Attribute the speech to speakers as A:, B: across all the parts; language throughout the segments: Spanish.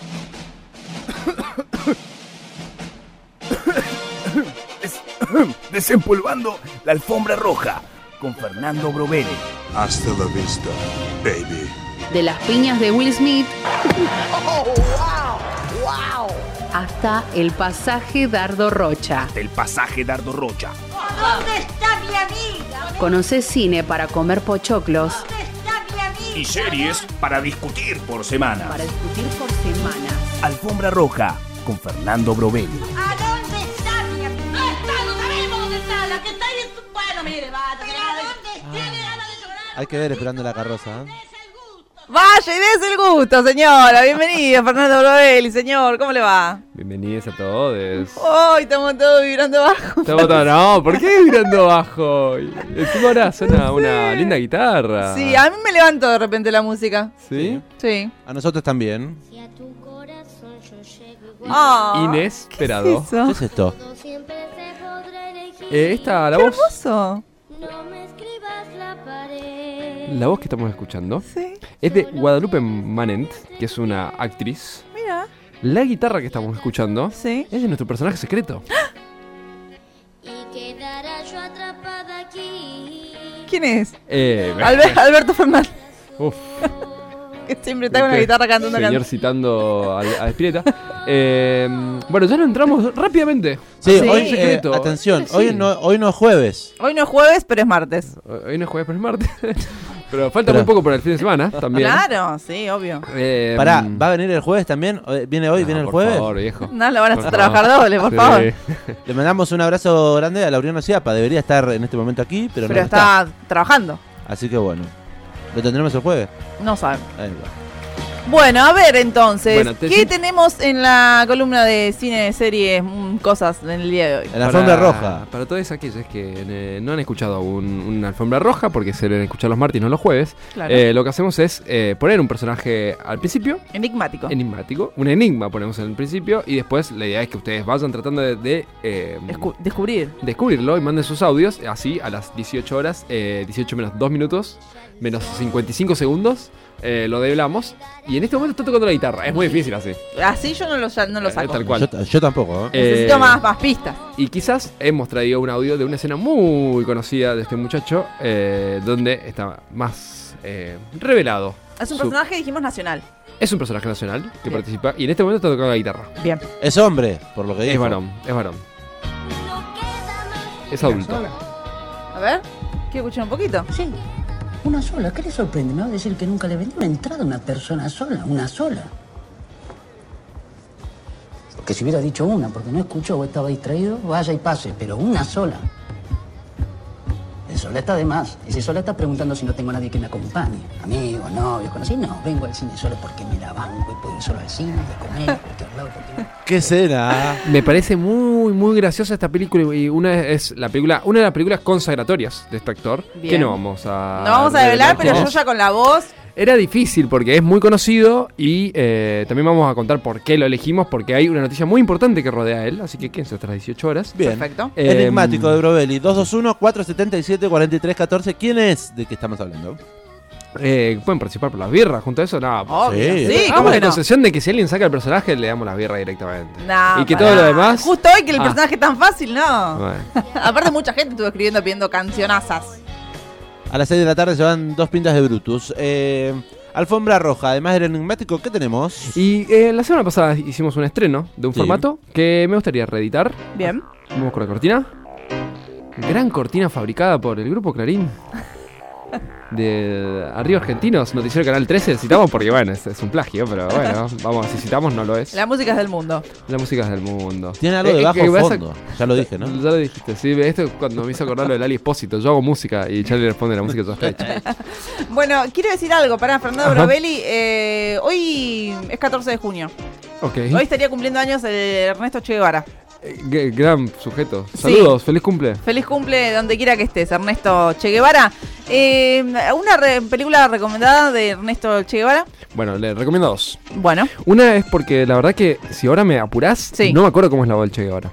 A: Desempolvando la alfombra roja con Fernando Brovelli.
B: Hasta la vista, baby.
C: De las piñas de Will Smith
D: Oh, wow, wow.
C: hasta el pasaje Dardo Rocha.
A: Del pasaje Dardo Rocha.
D: ¿Dónde está mi amiga?
C: Conoce cine para comer pochoclos
D: ¿Dónde está mi amiga?
A: Y series para discutir por
C: para
A: semana.
C: discutir por semana.
A: Alfombra roja con Fernando Brovelli.
D: ¿A dónde está mi amiga?
E: No está, no sabemos dónde está, la que está ahí en tu... Bueno, mire, va,
D: ¿Pero
E: va,
D: dónde está?
E: Tiene ganas de llorar.
F: Hay que ver esperando la carroza. ¿eh?
E: Es el gusto.
G: Vaya, y des el gusto, señora. Bienvenido, Fernando Brovelli, señor. ¿Cómo le va?
H: Bienvenidos a todos.
G: Hoy estamos todos vibrando bajo.
H: Estamos todos- no, ¿por qué mirando bajo? Encima ahora suena una linda guitarra.
G: Sí, a mí me levanto de repente la música.
H: ¿Sí?
G: Sí.
F: A nosotros también.
I: Y a tu corazón yo llego igual.
G: Ah,
H: Inesperado.
G: ¿qué
F: ¿Qué
G: es
F: es esto?
I: Todo siempre se podrá elegir.
H: Eh, esta, la voz,
G: eso?
I: No me escribas la pared.
H: la voz que estamos escuchando
G: Sí.
H: es de Guadalupe Manent, que es una actriz.
G: Mira.
H: La guitarra que estamos escuchando
G: Sí.
H: es de nuestro personaje secreto.
I: Y quedará yo atrapada aquí.
G: ¿Quién es?
H: Eh,
G: Albe- Alberto Fernández.
H: uf, Este
G: Que siempre está con la guitarra cantando
H: Señor
G: canciones.
H: citando a, a Spinetta. Eh, bueno, ya lo entramos rápidamente.
F: Sí,
G: Sí.
F: hoy, eh,
H: Secreto.
F: atención,
H: Sí.
F: hoy no, hoy no es jueves.
G: Hoy no es jueves, pero es martes.
H: Hoy no es jueves, pero es martes. Pero falta
F: Pero-
H: muy poco para el fin de semana también.
G: Claro, sí, obvio.
H: Eh,
F: Pará,
H: mm,
F: ¿va a venir el jueves también? Eh, ¿Viene hoy?
H: no,
F: ¿Viene el
H: por
F: jueves?
H: favor, viejo.
G: No, lo van a hacer
H: Por
G: trabajar
H: favor.
G: doble, por
H: Sí.
G: favor.
F: Le mandamos un abrazo grande a Laureano Ciapa. Debería estar en este momento aquí, pero,
G: Pero,
F: no está.
G: está, trabajando.
F: Así que bueno, lo tendremos el jueves.
G: No sabe.
F: Ahí va.
G: Bueno, a ver entonces,
H: Bueno, te-
G: ¿qué tenemos en la columna de cine, series, mm, cosas en el día de hoy?
F: En la alfombra roja.
H: Para todos aquellos que eh, no han escuchado aún una alfombra roja, porque se deben escuchar los martes, no los jueves,
G: Claro.
H: eh, lo que hacemos es eh, poner un personaje al principio,
G: Enigmático.
H: enigmático, un enigma ponemos en el principio, y después la idea es que ustedes vayan tratando de, de, eh,
G: Descu- descubrir.
H: descubrirlo y manden sus audios, así a las 18 horas, eh, 18 menos 2 minutos, menos 55 segundos, eh, lo develamos, y en este momento está tocando la guitarra, es muy difícil así.
G: Así yo no lo, ya no lo
H: Eh,
G: saco.
H: tal cual.
F: Yo, t- yo tampoco, ¿eh?
G: Necesito
H: Eh,
G: más, más pistas.
H: Y quizás hemos traído un audio de una escena muy conocida de este muchacho, eh, donde está más eh, revelado.
G: Es un
H: su-
G: personaje, dijimos, nacional.
H: Es un personaje nacional que
G: Bien.
H: participa y en este momento está tocando la guitarra.
G: Bien.
F: Es hombre, por lo que dijo.
H: Es varón, es varón. Es adulto.
G: A ver, quiero escuchar un poquito.
J: Sí, una sola. ¿Qué le sorprende? Me va a decir que nunca le vendí una entrada a una persona sola, una sola. Que si hubiera dicho una, porque no escuchó o estaba distraído, vaya y pase, pero una sola. El sola está de más. Ese sola está preguntando si no tengo a nadie que me acompañe. Amigos, novios, conocidos. No, vengo al cine solo porque me la banco y puedo ir solo al cine, a comer, a cualquier lado, porque no.
F: ¿Qué será?
H: Me parece muy, muy graciosa esta película y una es la película, una de las películas consagratorias de este actor.
G: Bien.
H: Que no vamos a.
G: No vamos a develar, pero
H: quién
G: yo
H: es.
G: ya con la voz.
H: Era difícil porque es muy conocido y eh, también vamos a contar por qué lo elegimos, porque hay una noticia muy importante que rodea a él, así que quédense hasta las 18 horas.
F: Bien.
G: Perfecto.
H: Eh,
F: Enigmático de Brovelli. 221-477-4314. ¿Quién es de qué estamos hablando?
H: Eh, Pueden participar por las birras, junto a eso, nada.
G: Obvio.
F: Sí.
G: Oh, Sí,
H: Hagamos
G: ¿cómo
H: la
G: que no?
H: concesión de que si alguien saca el personaje, le damos las birras directamente.
G: No,
H: y que
G: pará.
H: todo lo demás.
G: Justo hoy que el
H: Ah.
G: personaje es tan fácil, no.
H: Bueno.
G: Aparte, mucha gente estuvo escribiendo pidiendo cancionazas.
F: A las 6 de la tarde se van dos pintas de Brutus. Eh, alfombra roja, además del enigmático, ¿qué tenemos?
H: Y eh, la semana pasada hicimos un estreno de un
F: Sí.
H: formato que me gustaría reeditar.
G: Bien.
H: Vamos con la cortina. Gran cortina fabricada por el grupo Clarín. De Arriba Argentinos, Noticiero Canal 13, citamos porque bueno, es, es un plagio, pero bueno, vamos, si citamos no lo es.
G: La
H: La,
G: música es del mundo.
H: música es del mundo.
F: Tiene algo
H: Eh,
F: de
H: eh,
F: bajo
H: que vas a- Mm.
F: fondo. Ya lo dije, ¿no?
H: Ya lo dijiste, sí, esto cuando me hizo acordar lo del Ali Espósito, yo hago música y Charlie responde la música ya está hecha.
G: Bueno, quiero decir algo para Fernando
H: Ajá.
G: Brovelli. eh, hoy es 14 de junio.
H: Ok.
G: Hoy estaría cumpliendo años el Ernesto Che Guevara.
H: Eh, g- gran sujeto. Saludos, feliz cumple.
G: Feliz cumple donde quiera que estés, Ernesto Che Guevara. Eh, una re- película recomendada de Ernesto Che Guevara.
H: Bueno, le recomiendo dos.
G: Bueno,
H: Una es porque la verdad que si ahora me apurás,
G: Sí.
H: no me acuerdo cómo es la voz del Che Guevara.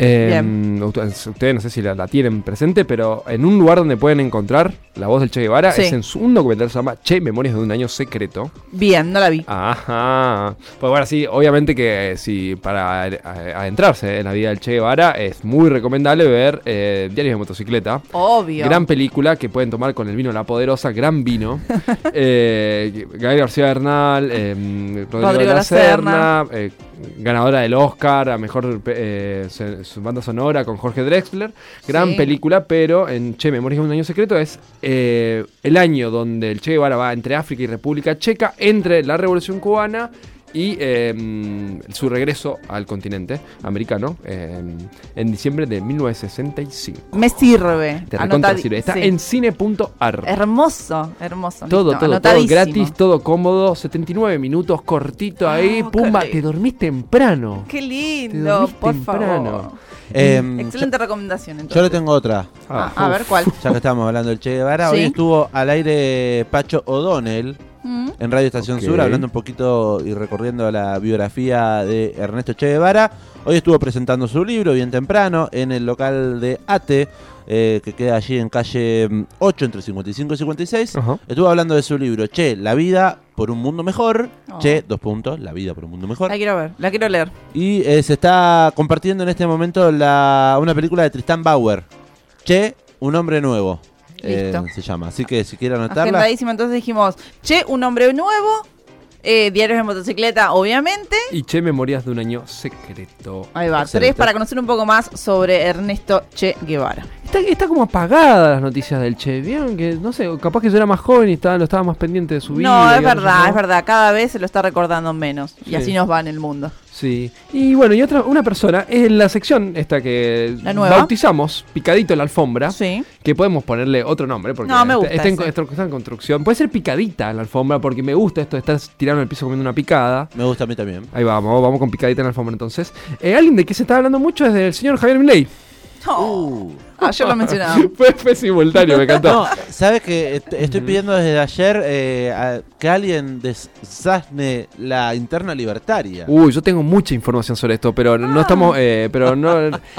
H: Eh,
G: Bien.
H: ustedes, ustedes no sé si la, la tienen presente, pero en un lugar donde pueden encontrar la voz del Che Guevara
G: Sí.
H: es en su- un documental que se llama Che, Memorias de un Año Secreto.
G: Bien, no la vi.
H: Ajá. Pues bueno, sí, obviamente que si para eh, adentrarse en la vida del Che Guevara es muy recomendable ver eh, Diarios de Motocicleta.
G: Obvio.
H: Gran película que pueden tomar con el vino La Poderosa, gran vino. eh, Gael García Bernal, eh, Rodrigo,
G: Rodrigo
H: Lacerna, eh, ganadora del Oscar a mejor eh, se- su banda sonora con Jorge Drexler. Gran
G: Sí.
H: película, pero en Che, Memorias de un Año Secreto es eh, el año donde el Che Guevara va entre África y República Checa, entre la Revolución Cubana. Y eh, su regreso al continente americano eh, en diciembre de 1965.
G: Me sirve.
H: Te
G: Anota-
H: recontra sirve. Está
G: sí.
H: en cine.ar.
G: Hermoso, hermoso. listo,
H: Todo, todo, todo
G: anotadísimo.
H: gratis, todo cómodo, 79 minutos, cortito ahí,
G: Oh,
H: pumba,
G: qué
H: te dormís temprano.
G: Qué
H: Te
G: lindo,
H: dormís
G: por
H: temprano.
G: favor.
F: Em,
G: Excelente recomendación
F: Yo
G: entonces.
F: le tengo otra.
G: Ah, a ver cuál.
F: Ya que estábamos hablando del Che Guevara,
G: Sí.
F: hoy estuvo al aire Pacho O'Donnell
G: Mm.
F: en Radio Estación
H: Ok.
F: Sur, hablando un poquito y recorriendo la biografía de Ernesto Che Guevara. Hoy estuvo presentando su libro bien temprano en el local de ATE, eh, que queda allí en calle mm, 8 entre 55 y 56.
H: Ajá.
F: Estuvo hablando de su libro, Che, la vida por un mundo mejor.
G: Oh.
F: Che, dos puntos, la vida por un mundo mejor.
G: La quiero ver, la quiero leer.
F: Y eh, se está compartiendo en este momento la, una película de Tristán Bauer. Che, un hombre nuevo. eh,
G: Listo.
F: se llama. Así que si quieren anotarla.
G: Agendadísima, entonces dijimos, che, un hombre nuevo, eh, diarios de motocicleta, obviamente.
H: Y Che, Memorias de un Año Secreto.
G: Ahí va,
F: Excelente.
G: tres para conocer un poco más sobre Ernesto Che Guevara.
H: Está, está como apagada las noticias del Che. ¿Vieron que, no sé, capaz que yo era más joven y estaba, lo estaba más pendiente de su vida?
G: No, es
H: digamos,
G: verdad,
H: ¿no?
G: es verdad, cada vez se lo está recordando menos.
H: Sí.
G: Y así nos va en el mundo.
H: Sí. Y bueno, y otra, una persona, es la sección esta que
G: La nueva.
H: bautizamos, Picadito en la alfombra.
G: Sí.
H: Que podemos ponerle otro nombre. Porque
G: No, me
H: está-
G: gusta
H: Está, en,
G: ese.
H: está- está en construcción. Puede ser picadita en la alfombra porque me gusta esto de estar tirando en el piso comiendo una picada.
F: Me gusta a mí también.
H: Ahí vamos, vamos con picadita en la alfombra entonces. Eh, alguien de que se está hablando mucho es del señor Javier Milei.
G: Ah, yo lo mencionaba.
H: fue, fue simultáneo, me encantó.
F: ¿Sabes que est- Estoy pidiendo desde ayer eh, a- que alguien desasne la interna libertaria.
H: Uy, yo tengo mucha información sobre esto, pero
G: Ah.
H: no estamos, eh, pero no,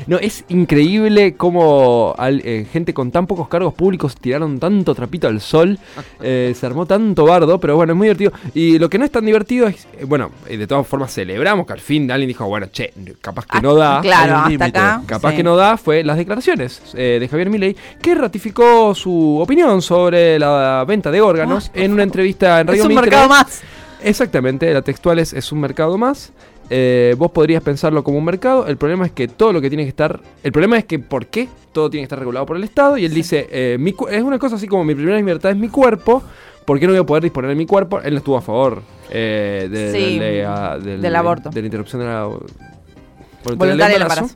H: no es increíble cómo al- eh, gente con tan pocos cargos públicos tiraron tanto trapito al sol, eh, se armó tanto bardo, pero bueno, es muy divertido. Y lo que no es tan divertido es, eh, bueno, eh, de todas formas celebramos que al fin alguien dijo, bueno, che, capaz que no da.
G: Ah,
F: hay
G: Claro,
F: un
G: hasta
F: límite.
G: acá.
H: Capaz
G: sí.
H: que no da fue las declaraciones eh, de Javier Milei, que ratificó su opinión sobre la venta de órganos en una entrevista en Radio
G: Ah, Es un
H: Mitre.
G: mercado más.
H: Exactamente, la textual es, es un mercado más. Eh, vos podrías pensarlo como un mercado. El problema es que todo lo que tiene que estar. El problema es que por qué todo tiene que estar regulado por el Estado. Y él dice: eh, mi cu- Es una cosa así como mi primera libertad es mi cuerpo. ¿Por qué no voy a poder disponer de mi cuerpo? Él no estuvo a favor eh, de-
G: Sí,
H: de la- del,
G: del aborto.
H: De la interrupción de la,
G: Voluntaria del embarazo.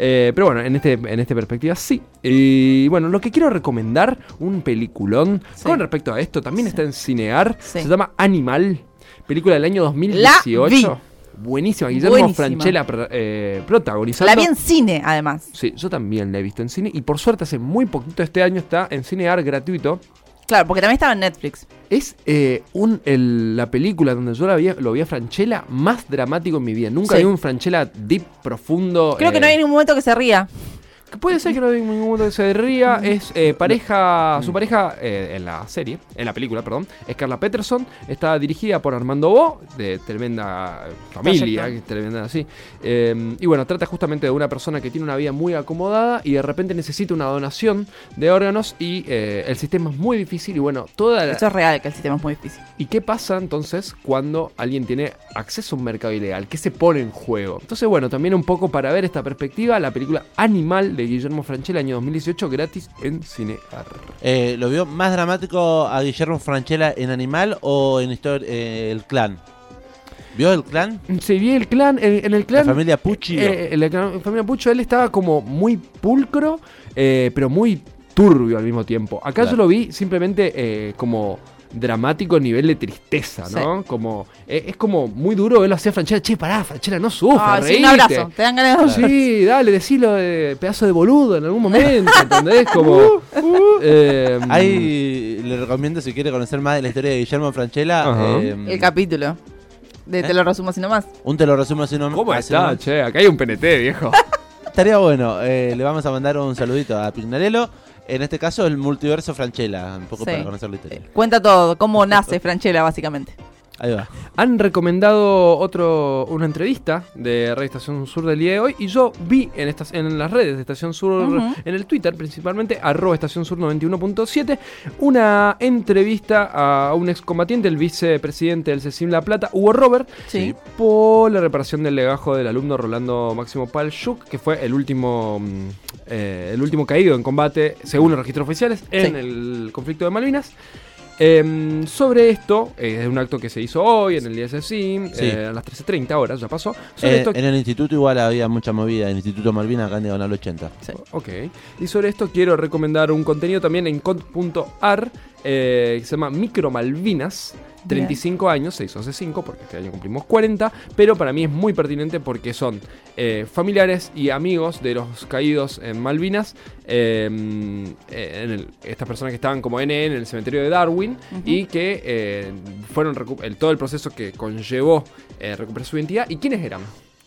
H: eh, pero bueno, en este, en esta perspectiva sí. Y bueno, lo que quiero recomendar, un peliculón
G: Sí.
H: con respecto a esto, también está en Cinear,
G: Sí.
H: se llama Animal, película del año 2018.
G: La
H: Buenísima, Guillermo
G: Buenísima.
H: Franchella pr- eh, protagonizando.
G: La vi en cine, además.
H: Sí, yo también la he visto en cine y por suerte hace muy poquito este año está en Cinear gratuito.
G: Claro, porque también estaba en Netflix.
H: Es eh, un, el- la película donde yo la vi, lo vi a Franchella más dramático en mi vida. Nunca
G: Sí.
H: vi un Franchella deep, profundo.
G: Creo que
H: eh,
G: no hay ningún momento que se ría.
H: Que Puede ser que no hay ningún que se ría. Es eh, pareja. Su pareja eh, en la serie, en la película, perdón, es Carla Peterson. Está dirigida por Armando Bo, de tremenda eh, familia,
G: Trayectoria.
H: que tremenda así. Eh, y bueno, trata justamente de una persona que tiene una vida muy acomodada y de repente necesita una donación de órganos y eh, el sistema es muy difícil. Y bueno, toda la,
G: Eso es real, que el sistema es muy difícil.
H: ¿Y qué pasa entonces cuando alguien tiene acceso a un mercado ilegal? ¿Qué se pone en juego? Entonces, bueno, también un poco para ver esta perspectiva, la película Animal de Guillermo Franchella, año 2018, gratis en Cinear.
F: Eh, ¿Lo vio más dramático a Guillermo Franchella en Animal o en histor- eh, El Clan? ¿Vio El Clan?
H: Se vi el clan, eh, en, en el clan...
F: La familia Pucci.
H: eh, en la clan- familia Pucho, él estaba como muy pulcro, eh, pero muy turbio al mismo tiempo. Acá
F: Claro.
H: yo lo vi simplemente eh, como dramático nivel de tristeza, ¿no? Como eh, es como muy duro verlo así a Franchella, che, pará, Franchella, no sufra,
G: Ah, sí, un
H: reíte".
G: abrazo. Te dan ganas de
H: Sí, dale, decilo de pedazo de boludo en algún momento, ¿entendés? Como. eh,
F: Ahí
H: mm.
F: le recomiendo si quiere conocer más de la historia de Guillermo
H: Ajá.
F: Franchella. eh,
G: El capítulo. De, Te lo resumo así nomás.
F: un te lo resumo así nomás.
H: ¿Cómo
F: así
H: está,
F: nomás.
H: che? Acá hay un PNT, viejo.
F: Estaría bueno. eh, le vamos a mandar un saludito a Pignarello. En este caso, el multiverso Franchella. Un poco
G: Sí.
F: para conocer la historia.
G: Eh, Cuenta todo, cómo nace Franchella, básicamente.
F: Ahí va.
H: Han recomendado otro, una entrevista de Radio Estación Sur del día de hoy y yo vi en, estas, en las redes de Estación Sur,
G: Ujú.
H: en el Twitter principalmente, arroba Estación Sur 91.7, una entrevista a un excombatiente, el vicepresidente del CECIM La Plata, Hugo Robert,
G: Sí.
H: por la reparación del legajo del alumno Rolando Máximo Palchuk, que fue el último, mm, eh, el último caído en combate, según los registros oficiales, en
G: Sí.
H: el conflicto de Malvinas. Em, sobre esto, eh, es un acto que se hizo hoy en el día de SECIM,
F: Sí.
H: eh, a las 13.30 horas, ya pasó. Sobre
F: Eh,
H: esto,
F: en el instituto igual había mucha movida. En el Instituto Malvina, acá en Diagonal 80.
H: Ok. Y sobre esto quiero recomendar un contenido también en cont.ar eh, que se llama Micro Malvinas. 35 años, se hizo hace 5 porque este año cumplimos 40, pero para mí es muy pertinente porque son eh, familiares y amigos de los caídos en Malvinas, eh, eh, en el- estas personas que estaban como NN en el cementerio de Darwin y que eh, fueron recu- el, todo el proceso que conllevó eh, recuperar su identidad y quiénes eran,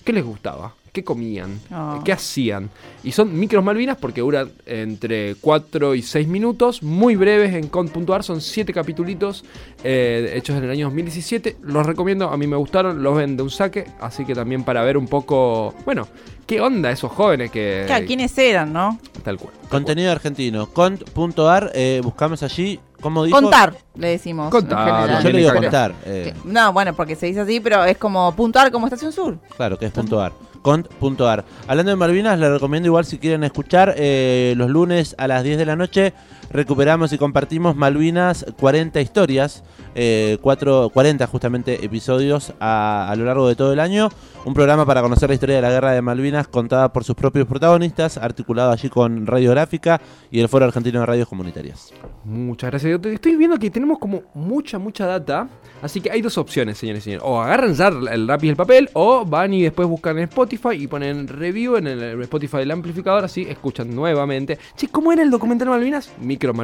H: qué les gustaba, qué comían,
G: Ah.
H: qué hacían. Y son micros Malvinas porque duran entre 4 y 6 minutos, muy breves en con.ar, son 7 capitulitos eh, hechos en el año 2017. Los recomiendo, a mí me gustaron, los ven de un saque, así que también para ver un poco, bueno, qué onda esos jóvenes que...
G: Claro, ¿quiénes eran, no?
H: Tal cual. tal cual.
F: Contenido argentino. Cont.ar, eh, buscamos allí. ¿Cómo dijo? Ah,
G: Contar, le decimos. en
H: Contar,
G: general.
F: Yo le digo
H: Claro.
F: contar. eh,
G: No, bueno, porque se dice así, pero es como puntuar como Estación Sur.
F: Claro, que es punto .ar. Cont.ar. Hablando de Malvinas, les recomiendo igual si quieren escuchar, eh, los lunes a las 10 de la noche recuperamos y compartimos Malvinas 40 historias, eh, cuatro- 40 justamente episodios a, a lo largo de todo el año. Un programa para conocer la historia de la guerra de Malvinas contada por sus propios protagonistas, articulado allí con Radiográfica y el Foro Argentino de Radios Comunitarias.
H: Muchas gracias. Yo te- Estoy viendo que tenemos como mucha, mucha data. Así que hay dos opciones, señores y señores. O agarran ya el lápiz y el papel, o van y después buscan en Spotify y ponen review en el Spotify del amplificador. Así escuchan nuevamente. Che, ¿cómo era el documental Malvinas?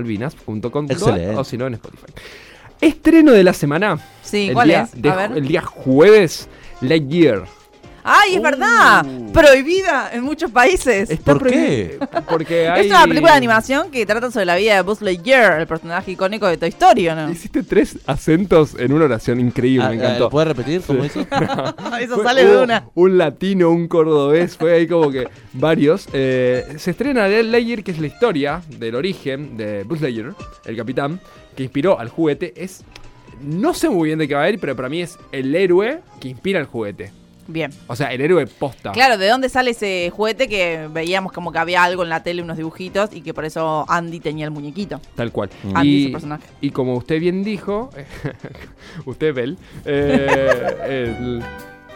H: Micromalvinas.com.
F: Excelente.
H: O si no, en Spotify. Estreno de la semana.
G: Sí,
H: el
G: ¿cuál
H: día
G: es?
H: de-
G: A ver.
H: El día jueves, Lightyear.
G: ¡Ay,
H: Uh.
G: es verdad! Prohibida en muchos países.
H: Está
F: ¿Por qué?
H: prohibido- Porque hay...
G: Es una película de animación que trata sobre la vida de Buzz Lightyear, el personaje icónico de Toy Story, ¿o no?
H: Hiciste tres acentos en una oración increíble,
F: Ah,
H: me encantó.
F: ah, ¿Puedes repetir cómo hizo?
G: Ah, Eso
H: Fue-
G: sale
H: hubo
G: de una.
H: Un latino, un cordobés, fue ahí como que varios. Eh, se estrena The Layer, que es la historia del origen de Buzz Lightyear, el capitán, que inspiró al juguete. Es. No sé muy bien de qué va a ir, pero para mí es el héroe que inspira al juguete.
G: Bien.
H: O sea, el héroe posta.
G: Claro, ¿de dónde sale ese juguete que veíamos como que había algo en la tele, unos dibujitos, y que por eso Andy tenía el muñequito?
H: Tal cual.
G: Andy es el personaje.
H: y como usted bien dijo, usted, Bel, eh, el-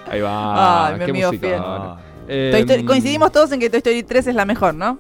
H: ahí va.
G: Ay, mi
H: qué
G: amigo
H: música.
G: fiel.
H: Eh,
G: Toy Story- coincidimos todos en que Toy Story 3 es la mejor, ¿no?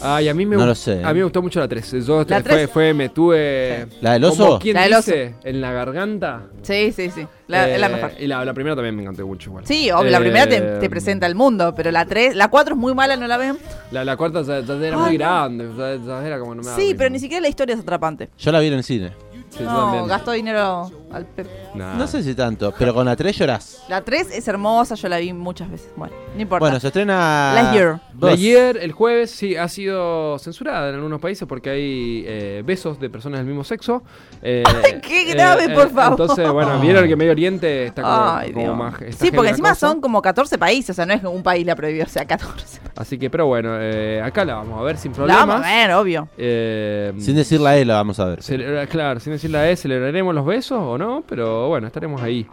H: Ay, a mí me
F: No
H: gust-
F: lo sé.
H: A mí me gustó mucho la 3. Yo
G: La
H: fue,
G: tres-
H: fue- me tuve
F: ¿La del oso?
H: como quien
G: La del oso.
H: dice en la garganta.
G: Sí, sí, sí. La, es la
H: Eh,
G: mejor.
H: Y la, la primera también me encantó mucho igual.
G: Sí, obvio, la primera te,
H: Eh,
G: te presenta el mundo, pero la 3, la 4 es muy mala, ¿no la ven?
H: La, la cuarta ya, ya era
G: Ay, no.
H: muy grande, ya, ya era como no me da
G: Sí,
H: risa.
G: pero ni siquiera la historia es atrapante.
F: Yo la vi en el cine.
H: Sí, yo
G: No,
H: también.
G: gastó dinero al Pepe.
H: Nah.
F: No sé si tanto, pero con la 3 llorás.
G: La 3 es hermosa, yo la vi muchas veces. Bueno, no importa.
F: Bueno, se estrena.
G: Lightyear.
F: Buzz.
H: Ayer, el jueves, sí, ha sido censurada en algunos países porque hay eh, besos de personas del mismo sexo. Eh,
G: qué grave, por favor.
H: Entonces, bueno, vieron que Medio Oriente está como,
G: Ay,
H: como
G: Dios.
H: más. está
G: Sí, porque
H: heavy la
G: encima
H: cosa.
G: son como 14 países, o sea, no es que un país la prohibió, o sea, 14.
H: Así que, pero bueno, eh, acá la vamos a ver sin
G: La
H: problemas.
G: vamos a ver, obvio.
H: Eh,
F: Sin decir la E la vamos a ver.
H: Celebra- claro, sin decir la E, ¿celebraremos los besos o no? Pero bueno, estaremos ahí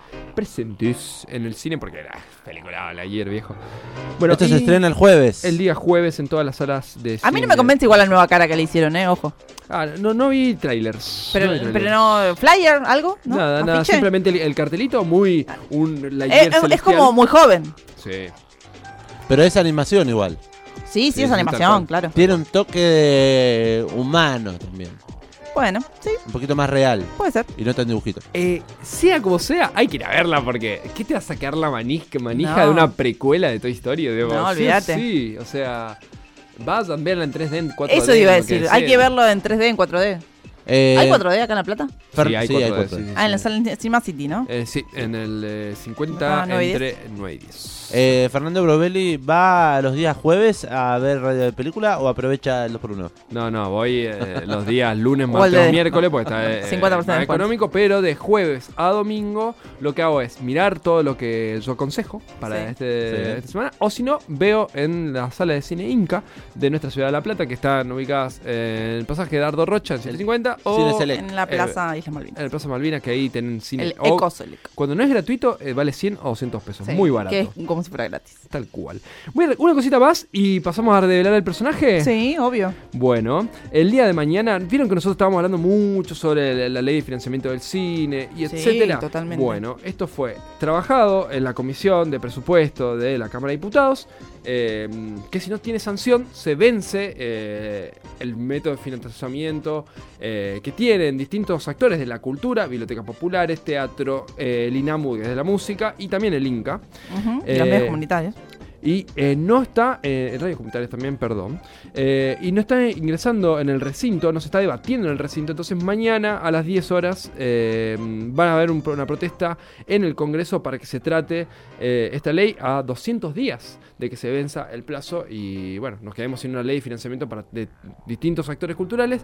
H: presentes en el cine porque era película la ayer, viejo. Bueno,
F: Esto se
H: y
F: estrena el jueves.
H: el día jueves en todas las salas de
G: A mí
H: cine.
G: no me convence igual la nueva cara que le hicieron, ¿eh? Ojo.
H: Ah, no, no vi trailers.
G: Pero
H: no vi
G: no,
H: trailers.
G: pero no ¿flyer? ¿Algo? ¿No?
H: Nada, nada,
G: ¿Afiche?
H: simplemente el, el cartelito muy un la
G: Eh,
H: ayer
G: eh, es
H: celestial.
G: como muy joven.
H: Sí.
F: Pero es animación igual.
G: Sí, sí,
H: Sí,
G: es
H: sí,
G: animación,
H: tal cual.
G: claro.
F: Tiene un toque de humano también.
G: Bueno, sí,
F: Un poquito más real.
G: puede ser.
F: Y no tan dibujito.
H: Eh, sea como sea, hay que ir a verla porque ¿qué te va a sacar la manis- que manija
G: No.
H: de una precuela de Toy Story? Digo,
G: No,
H: sí o
G: olvídate.
H: Sí, o sea, vayan, verla en 3D, en 4D.
G: Eso iba a
H: lo que
G: decir. Hay
H: sea.
G: que verlo en 3D, en 4D.
F: Eh,
G: ¿Hay 4D acá en La Plata?
F: Fer-
H: Sí, hay 4D,
F: cuatro.
H: sí, sí.
G: Ah, en la sala Cinema City, ¿no?
H: Eh, sí, en el eh, 50
G: Ah, nueve y
H: entre 9 y 10.
F: Eh, Fernando Brovelli va los días jueves a ver radio de película o aprovecha el 2 por 1
H: No, no, voy eh, los días lunes,
G: O
H: martes,
G: el de-
H: miércoles, porque está eh,
G: 50%
H: más
G: de descuento.
H: económico, pero de jueves a domingo lo que hago es mirar todo lo que yo aconsejo para
G: Sí.
H: este,
F: Sí.
H: esta semana, o si no, veo en la sala de cine Inca de nuestra ciudad de La Plata, que están ubicadas en el pasaje Dardo Rocha, en 150,
F: Cine
H: o
F: Select.
G: En la
H: Eh,
G: Plaza Islas
H: en
G: Malvinas.
H: el Plaza Malvinas, que ahí tienen cine.
G: El
H: O-
G: Ecoselec.
H: Cuando no es gratuito, eh, vale 100 o 200 pesos,
G: Sí,
H: muy barato.
G: Que es como si fuera gratis.
H: Tal cual. Voy a re- una cosita más y pasamos a revelar el personaje.
G: Sí, obvio.
H: Bueno, el día de mañana, vieron que nosotros estábamos hablando mucho sobre la, la ley de financiamiento del cine y
G: Sí,
H: etcétera.
G: totalmente.
H: Bueno, esto fue trabajado en la comisión de presupuesto de la Cámara de Diputados, eh, que si no tiene sanción se vence eh, el método de financiamiento eh, que tienen distintos actores de la cultura, bibliotecas populares, teatro, eh, el INAMU, que es de la música, y también el INCA.
G: Ujú, y
H: Eh,
G: los medios comunitarios.
H: Y eh, no está, eh, en radios comunitarias también, perdón, eh, y no está ingresando en el recinto, no se está debatiendo en el recinto, entonces mañana a las 10 horas eh, van a haber un pro- una protesta en el Congreso para que se trate eh, esta ley a 200 días de que se venza el plazo y bueno, nos quedemos sin una ley de financiamiento para de distintos actores culturales.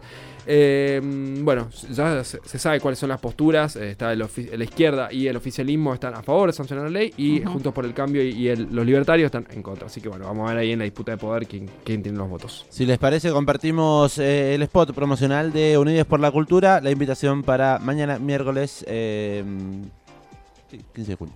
H: Eh, bueno, ya se, se sabe cuáles son las posturas, eh, está el ofi- la izquierda y el oficialismo están a favor de sancionar la ley y Juntos por el Cambio y, y el- los libertarios están en contra. Así que bueno, vamos a ver ahí en la disputa de poder quién, quién tiene los votos.
F: Si les parece, compartimos eh, el spot promocional de Unidos por la Cultura, la invitación para mañana miércoles eh, sí, 15 de junio.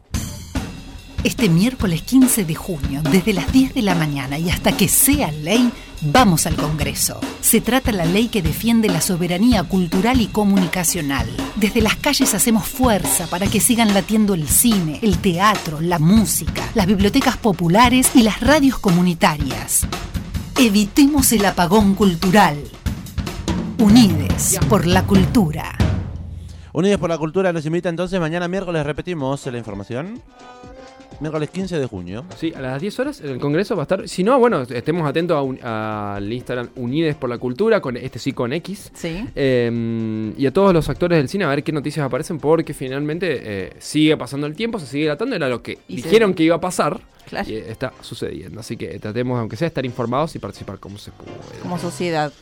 K: Este miércoles 15 de junio, desde las 10 de la mañana y hasta que sea ley, vamos al Congreso. Se trata la ley que defiende la soberanía cultural y comunicacional. Desde las calles hacemos fuerza para que sigan latiendo el cine, el teatro, la música, las bibliotecas populares y las radios comunitarias. Evitemos el apagón cultural. Unides por la cultura.
F: Unidos por la Cultura nos invita entonces, mañana miércoles repetimos la información. Miércoles 15 de junio.
H: Sí, a las 10 horas en el Congreso va a estar. Si no, bueno, estemos atentos a un- al Instagram Unides por la Cultura, con este sí con X.
G: Sí.
H: Eh, y a todos los actores del cine a ver qué noticias aparecen, porque finalmente eh, sigue pasando el tiempo, se sigue datando, era lo que
G: Y se-
H: dijeron que iba a pasar
G: Claro.
H: y eh, está sucediendo. Así que tratemos, aunque sea, de estar informados y participar como se puede.
G: Como sociedad.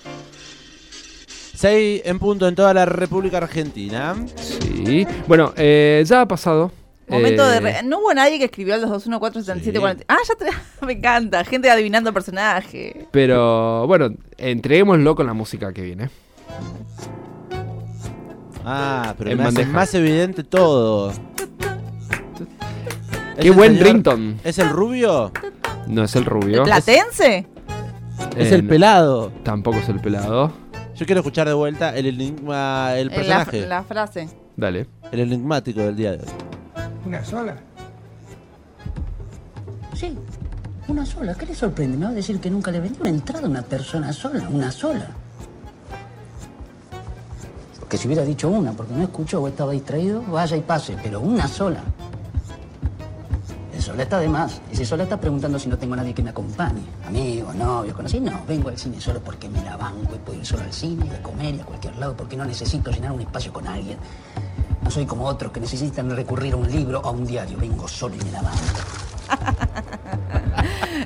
F: 6 en punto en toda la República Argentina.
H: Sí. Bueno, eh, ya ha pasado.
G: Momento de.
H: eh,
G: re- No hubo nadie que escribió al 221-477-40. Ah, ya te... me encanta. Gente adivinando personaje.
H: Pero bueno, entreguémoslo con la música que viene.
F: Ah, pero
H: En
F: me hace
H: bandeja.
F: más evidente todo. ¿Es
H: Qué
F: el
H: buen
F: señor-
H: ringtone.
F: ¿Es el rubio?
H: No es el
G: ¿El
H: rubio. Es-
G: platense?
F: Es
H: eh,
F: el pelado.
H: Tampoco es el pelado.
F: Yo quiero escuchar de vuelta el enigma, el
G: Eh, la,
F: personaje,
G: la frase.
H: Dale.
F: el enigmático del día de hoy.
B: Una sola.
J: Sí, una sola. ¿Qué le sorprende? Me va a decir que nunca le vendí una entrada a una persona sola, una sola. Porque si hubiera dicho una, porque no escuchó o estaba distraído, vaya y pase, pero una sola. El sola está de más. Y si sola está preguntando si no tengo nadie que me acompañe. Amigos, novios, conocidos. No, vengo al cine solo porque me la banco y puedo ir solo al cine, a comer y a cualquier lado, porque no necesito llenar un espacio con alguien. No soy como otros que necesitan recurrir a un libro o a un diario. Vengo solo y me la banco.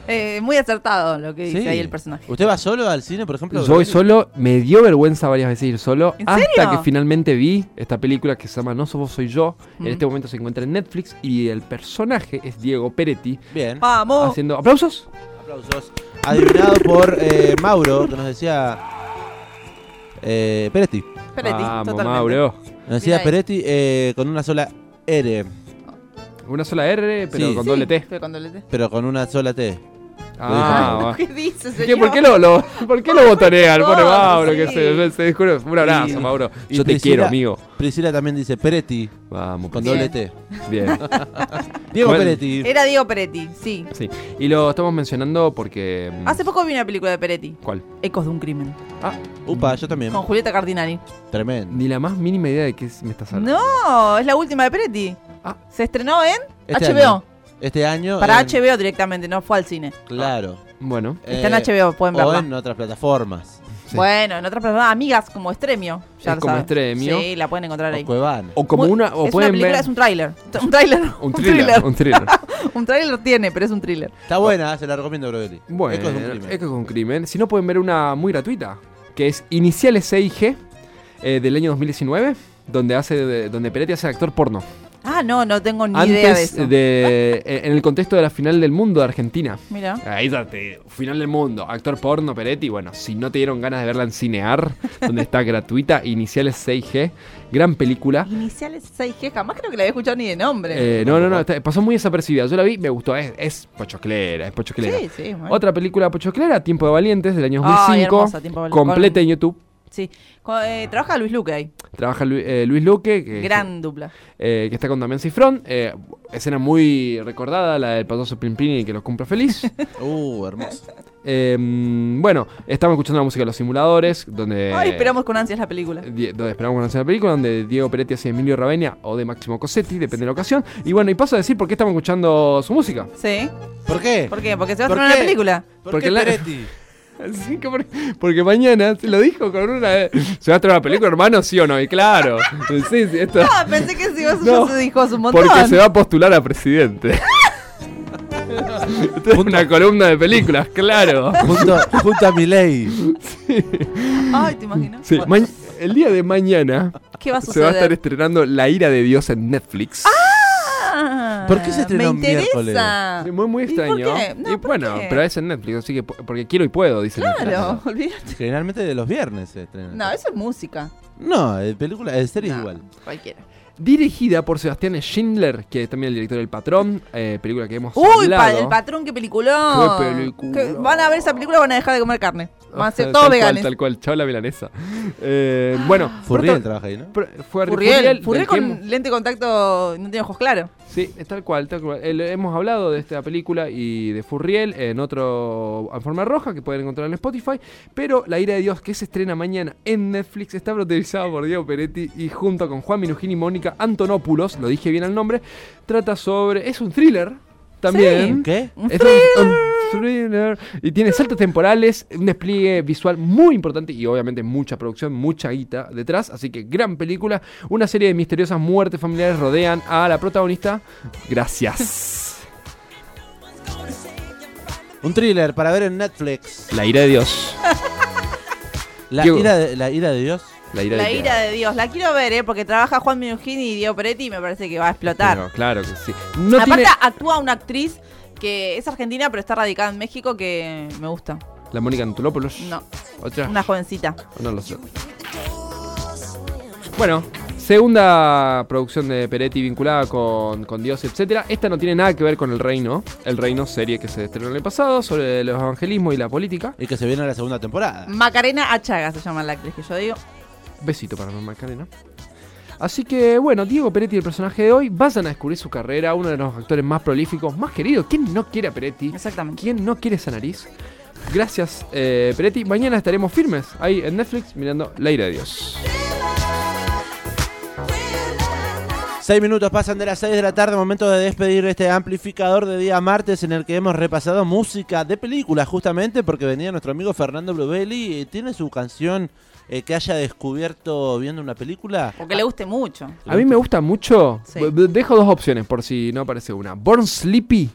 G: Eh, muy acertado lo que dice
F: Sí.
G: ahí el personaje.
F: ¿Usted va solo al cine, por ejemplo?
H: Yo voy solo, me dio vergüenza varias veces ir solo,
G: ¿En
H: hasta
G: serio?
H: que finalmente vi esta película que se llama No Somos Soy Yo. En este momento se encuentra en Netflix y el personaje es Diego Peretti.
F: Bien.
G: Vamos.
H: Haciendo aplausos.
F: Aplausos. Adivinado por eh, Mauro, que nos decía. Eh, Peretti.
G: Peretti,
H: Vamos,
G: totalmente.
H: Mauro.
F: Nos decía
G: Mira ahí.
F: Peretti eh, con una sola R,
H: Una sola R, pero
F: Sí.
H: con
G: Sí,
H: doble T.
G: pero con doble T.
F: pero con una sola T.
H: Ah, va.
G: ¿Qué dice,
H: ¿Qué-
G: señor?
H: ¿Por qué lo, lo- ¿por qué lo botonean? Pobre
G: todo,
H: Mauro,
G: sí.
H: que se, se descubre. Un abrazo,
F: Y-
H: Mauro.
F: y
H: Yo te
F: Priscila-
H: quiero, amigo.
F: Priscila también dice Peretti
H: Vamos,
F: con
H: Priscila.
F: doble T.
H: Bien.
F: Diego
H: Bueno.
F: Peretti.
G: Era Diego Peretti, sí.
H: Sí. Y lo estamos mencionando porque. mm,
G: Hace poco vi una película de Peretti.
H: ¿Cuál? Ah.
G: Ecos de un crimen.
F: Upa, yo también.
G: Con Julieta Cardinali.
F: Tremendo.
H: Ni la más mínima idea de qué es- me estás hablando.
G: No, es la última de Peretti.
H: Ah.
G: Se estrenó en
F: Este
G: HBO.
F: año. Este año.
G: Para
F: en-
G: HBO directamente, no fue al cine.
F: Claro. Eh,
H: Bueno.
G: Ah, Está en HBO, pueden
F: o
G: verla.
F: en otras plataformas. Sí.
G: Bueno, en otras personas, amigas como Estremio. Ya
H: Es
G: lo
H: como
G: saben.
H: Estremio.
G: Sí, la pueden encontrar ahí.
H: O como
G: Muy-
H: una. O
G: es
H: pueden
G: una película,
H: ver.
G: es un tráiler. Un tráiler.
H: Un thriller. Un thriller.
G: un tráiler tiene, pero es un thriller.
F: Está buena, se la recomiendo, Brodelli.
H: Bueno, eh,
F: Eco es un crimen.
H: Eco es un crimen. Si no, pueden ver una muy gratuita, que es Iniciales CIG eh, del año 2019, donde, hace de- donde Peretti hace de actor porno.
G: Ah, no, no tengo ni idea de
H: Antes
G: eso.
H: de, eh, en el contexto de la final del mundo de Argentina.
G: Mira.
H: Ahí está, te- final del mundo, actor porno, Peretti. Bueno, si no te dieron ganas de verla en Cinear, donde está gratuita, Iniciales 6G, gran película.
G: Iniciales 6G, jamás creo que la había escuchado ni de nombre.
H: Eh, no, no, no, está- pasó muy desapercibida. Yo la vi, me gustó, es, es pochoclera, es pochoclera.
G: Sí, sí, bueno.
H: Otra película pochoclera, Tiempo de Valientes, del año
G: Ay,
H: 2005,
G: hermosa, Tiempo de Valientes.
H: completa
G: Con-
H: en YouTube.
G: Sí. Co- eh, trabaja Luis Luque ahí.
H: Trabaja Lu- eh, Luis Luque, que,
G: Gran dupla.
H: eh, que está con Damián Cifrón. Eh, escena muy recordada, la del payaso Plimpini que los cumpla feliz.
F: Uh, hermoso.
H: Eh, bueno, estamos escuchando la música de los simuladores, donde.
G: Ay, esperamos con ansias la película.
H: Die- donde esperamos conocer la película, donde Diego Peretti hace Emilio Ravenia o de Máximo Cosetti, depende de la ocasión. Y bueno, y paso a decir por qué estamos escuchando su música.
G: Sí.
F: ¿Por qué?
G: ¿Por qué? Porque se va a
H: ¿Por
G: estrenar la
H: qué?
G: película.
H: ¿Por Porque qué la- Peretti? Así que por- porque mañana se lo dijo con una. ¿Se va a estrenar la película, hermano? ¿Sí o no? Y claro. Sí, sí, esto.
G: Ah, pensé que sí, eso
H: No,
G: ya se dijo hace un montón.
H: Porque se va a postular a presidente. Esto es una columna de películas, claro.
F: Junto, junto a Milei.
G: Ay, ¿te imaginas?
H: Sí, ma- el día de mañana
G: ¿Qué va a
H: se va a estar
G: suceder?
H: estrenando La ira de Dios en Netflix.
G: Ah,
F: ¿Por qué se estrenó
G: Me interesa.
F: miércoles?
H: Sí, Muy, muy
G: Ah, ¿Y por
H: extraño.
G: qué? No,
H: Y
G: ¿por
H: bueno,
G: qué?
H: pero es en Netflix, así que po- porque quiero y puedo, dice
G: Claro, olvídate.
F: Generalmente de los viernes se estrena.
G: No, eso es música.
F: No, de película, de serie
G: No,
F: igual.
G: Cualquiera.
H: Dirigida por Sebastián Schindler, que es también el director del Patrón, eh, película que hemos
G: Uy, pa-
H: hablado.
G: el patrón, qué peliculón.
H: Qué peliculón. Ah,
G: Que van a ver esa película y van a dejar de comer carne. Van a ser
H: Tal
G: todos
H: cual,
G: veganos.
H: Tal cual, chao la milanesa. Eh, bueno,
F: Furriel
H: prota-
F: trabaja ahí, ¿no?
H: pr- fue
G: Furriel,
H: del
G: Furriel
H: que
G: con
H: hemos-
G: lente de contacto, no tiene ojos claros.
H: Sí, tal cual, tal cual. El- hemos hablado de esta película y de Furriel en otro en forma roja que pueden encontrar en Spotify, pero La ira de Dios que se estrena mañana en Netflix está protagonizada por Diego Peretti y junto con Juan Minujín y Mónica Antonopoulos, lo dije bien el nombre, trata sobre es un thriller también.
F: ¿Qué?
G: Un
H: Es un- un thriller. Y tiene saltos temporales, un despliegue visual muy importante y obviamente mucha producción, mucha guita detrás. Así que gran película. Una serie de misteriosas muertes familiares rodean a la protagonista. Gracias.
F: Un thriller para ver en Netflix.
H: La ira de Dios.
F: La
H: Diego.
F: ira, de, la ira de Dios.
H: La ira
G: La
H: de
G: ira de Dios. La quiero ver, ¿eh? Porque trabaja Juan Minujín y Diego Peretti y me parece que va a explotar.
H: Pero claro que sí. No
G: Aparte,
H: tiene...
G: actúa una actriz que es argentina pero está radicada en México que me gusta.
H: La Mónica Antolopoulos.
G: No,
H: Otra.
G: una jovencita.
H: No lo sé. Bueno, segunda producción de Peretti vinculada con, con Dios, etc. Esta no tiene nada que ver con El Reino. El Reino, serie que se estrenó en el pasado sobre el evangelismo y la política.
F: Y que se viene la segunda temporada.
G: Mm. Macarena Achaga se llama la actriz que yo digo.
H: Besito para Norma Macarena. Así que, bueno, Diego Peretti, el personaje de hoy, vayan a descubrir su carrera, uno de los actores más prolíficos, más queridos. ¿Quién no quiere a Peretti?
G: Exactamente.
H: ¿Quién no quiere esa nariz? Gracias, eh, Peretti. Mañana estaremos firmes ahí en Netflix mirando La ira de Dios.
F: 6 minutos pasan de las 6 de la tarde, momento de despedir este amplificador de día martes en el que hemos repasado música de película, justamente porque venía nuestro amigo Fernando Brovelli y tiene su canción eh, que haya descubierto viendo una película.
G: Porque le guste mucho.
H: A mí me gusta mucho.
G: Sí.
H: b- b- Dejo dos opciones por si no aparece una. Born Sleepy,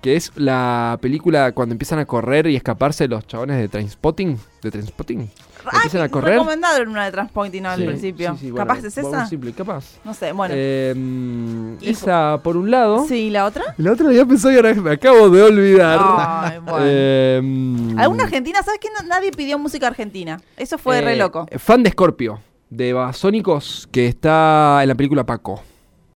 H: que es la película cuando empiezan a correr y escaparse los chabones de Trainspotting. De Trainspotting. empiezan a correr.
G: Recomendado en una de Transpointing al
H: Sí,
G: principio.
H: sí, sí, bueno,
G: ¿Capaz es
H: Born
G: esa?
H: Sleepy, capaz.
G: No sé, bueno.
H: Eh, Em,
G: Dejo.
H: esa por un lado.
G: Sí, ¿y ¿la otra?
H: Y La otra ya pensó y ahora me acabo de olvidar.
G: Ay, bueno.
H: Em,
G: ¿Alguna argentina? ¿Sabes que nadie pidió música argentina? Eso fue re
H: eh,
G: loco.
H: Fan de Scorpio, de Basónicos, que está en la película Paco.